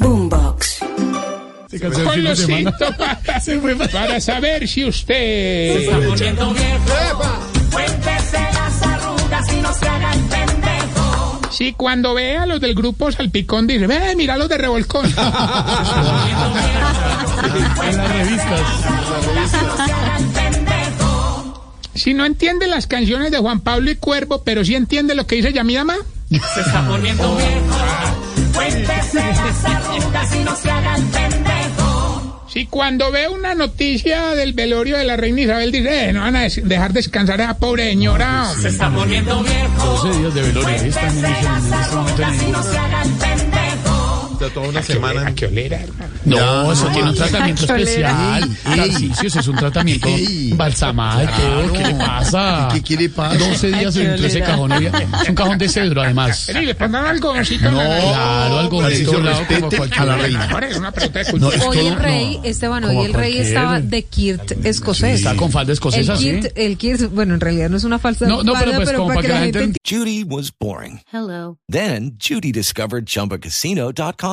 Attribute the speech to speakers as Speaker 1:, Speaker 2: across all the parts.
Speaker 1: Boombox.
Speaker 2: Se casó el Pues fin de semana. Se fue pa-
Speaker 3: Para saber si usted
Speaker 4: Cuéntese las arrugas y no se haga el pendejo.
Speaker 3: si cuando ve a los del grupo Salpicón dice, ve, mira los de Revolcón.
Speaker 2: en las revistas.
Speaker 4: No se haga el pendejo.
Speaker 3: Si no entiende las canciones de Juan Pablo y Cuervo, pero sí entiende lo que dice Yamidama.
Speaker 4: Cuéntese las arrugas y no se haga el pendejo.
Speaker 3: Si cuando ve una noticia del velorio de la reina Isabel dice, "Eh, no van a des- dejar descansar a esa pobre señora.
Speaker 2: pues
Speaker 4: Poniendo viejo.
Speaker 2: 12 días de velorio. Ahí están en ese- en este momento en
Speaker 4: Arrugas y
Speaker 2: ningún
Speaker 4: no se haga el pendejo.
Speaker 5: Está toda una
Speaker 3: ¿Qué olera,
Speaker 5: semana.
Speaker 3: Pues, qué olera, hermano.
Speaker 2: No, eso tiene un tratamiento
Speaker 6: Ay,
Speaker 2: especial. Tarcisio, eso es un tratamiento
Speaker 5: Ey.
Speaker 2: balsamado. y todo. ¿Qué le pasa?
Speaker 5: ¿Qué- qué le pasa?
Speaker 2: 12 días
Speaker 6: Ay, qué
Speaker 2: dentro de ese
Speaker 6: olera.
Speaker 2: cajón. había- Es un cajón de cedro, además.
Speaker 3: Vení, le pongan algo,
Speaker 2: No, claro, algo
Speaker 5: Tarcisio,
Speaker 2: bonito, lado como
Speaker 5: respete
Speaker 2: cualquier-
Speaker 5: a la reina.
Speaker 3: Es una pregunta de
Speaker 5: No,
Speaker 3: cultura.
Speaker 5: es
Speaker 7: Hoy
Speaker 5: todo-
Speaker 7: el rey,
Speaker 5: no.
Speaker 7: Esteban, hoy
Speaker 2: Como
Speaker 7: el rey
Speaker 2: cualquier-
Speaker 7: estaba de kirt escocés.
Speaker 2: Está con falda
Speaker 7: el
Speaker 2: escocesa, sí.
Speaker 7: kirt, el kirt, bueno, en realidad no es una falsa
Speaker 2: No, no, pero
Speaker 7: falda,
Speaker 2: pues como
Speaker 7: para que la gente
Speaker 8: Judy was boring.
Speaker 9: Hello.
Speaker 8: Then Judy discovered ChumbaCasino.com.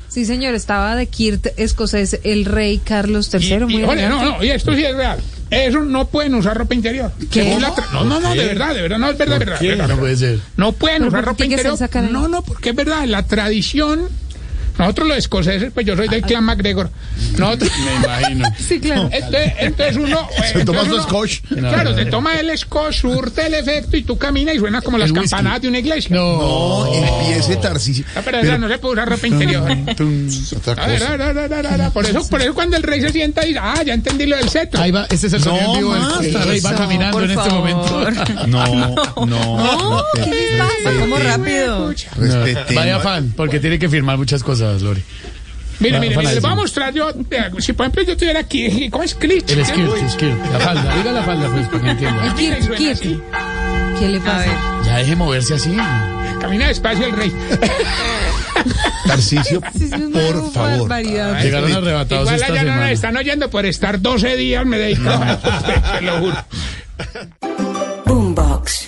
Speaker 7: Sí, señor, estaba de kirt escocés el rey Carlos III.
Speaker 3: Y-
Speaker 7: muy
Speaker 3: y- oye,
Speaker 7: elegante.
Speaker 3: no, no, y esto sí es real. Eso no pueden usar ropa interior.
Speaker 7: ¿Qué?
Speaker 3: Según la tra- no, no, no, de verdad, de verdad, no, es verdad, verdad,
Speaker 2: ¿Qué?
Speaker 3: verdad.
Speaker 2: No puede ser.
Speaker 3: No pueden
Speaker 7: Pero ¿por
Speaker 3: usar
Speaker 7: qué
Speaker 3: ropa
Speaker 7: tiene que
Speaker 3: interior.
Speaker 7: ser sacada?
Speaker 3: No, no, porque es verdad, la tradición. Nosotros los escoceses, pues yo soy
Speaker 7: Ah.
Speaker 3: del clan MacGregor. Nosotros.
Speaker 2: Me imagino.
Speaker 7: Sí, claro.
Speaker 3: Entonces, entonces uno.
Speaker 5: Se toma
Speaker 3: entonces
Speaker 5: su
Speaker 3: uno-
Speaker 5: scotch.
Speaker 3: Claro, te toma el scotch, surte el efecto y tú caminas y suena como las
Speaker 2: El whisky.
Speaker 3: campanadas de una iglesia.
Speaker 5: No, empiece Tarcisio.
Speaker 3: Ah, pero, esa no se puede usar ropa interior. Ah,
Speaker 2: Tum.
Speaker 5: Otra
Speaker 3: A ver,
Speaker 5: cosa.
Speaker 3: a ver, a ver, a ver, a ver. Por eso, por eso cuando el rey se sienta y dice, ah, ya entendí lo del cetro.
Speaker 2: Ahí va, este es el sonido
Speaker 5: No
Speaker 2: en vivo del-
Speaker 5: más,
Speaker 2: el rey va
Speaker 7: Tarcisio,
Speaker 2: caminando
Speaker 7: por
Speaker 2: en este momento.
Speaker 7: favor.
Speaker 5: No, no.
Speaker 7: No, ¿qué les pasa? ¿Cómo rápido?
Speaker 5: Respete.
Speaker 2: Vaya fan, porque tiene que firmar muchas cosas, Lore.
Speaker 3: Mire,
Speaker 2: Va- para
Speaker 3: mire, mire, les voy a
Speaker 2: decir.
Speaker 3: mostrar yo, eh, si por ejemplo yo tuviera aquí, ¿cómo es clip?
Speaker 2: El skirt, el skirt. La falda, diga la falda, pues, para que entienda.
Speaker 7: El kirt, kirt. ¿Qué le pasa?
Speaker 2: Ya deje moverse así.
Speaker 3: Camina despacio el rey.
Speaker 5: Tarcisio,
Speaker 7: Sí, es una
Speaker 5: por favor.
Speaker 7: barbaridad.
Speaker 2: Llegaron arrebatados
Speaker 3: Igual
Speaker 2: esta
Speaker 3: allá no nos
Speaker 2: semana.
Speaker 3: están oyendo por estar 12 días me dedicaba a esto, te lo juro.
Speaker 1: Boombox.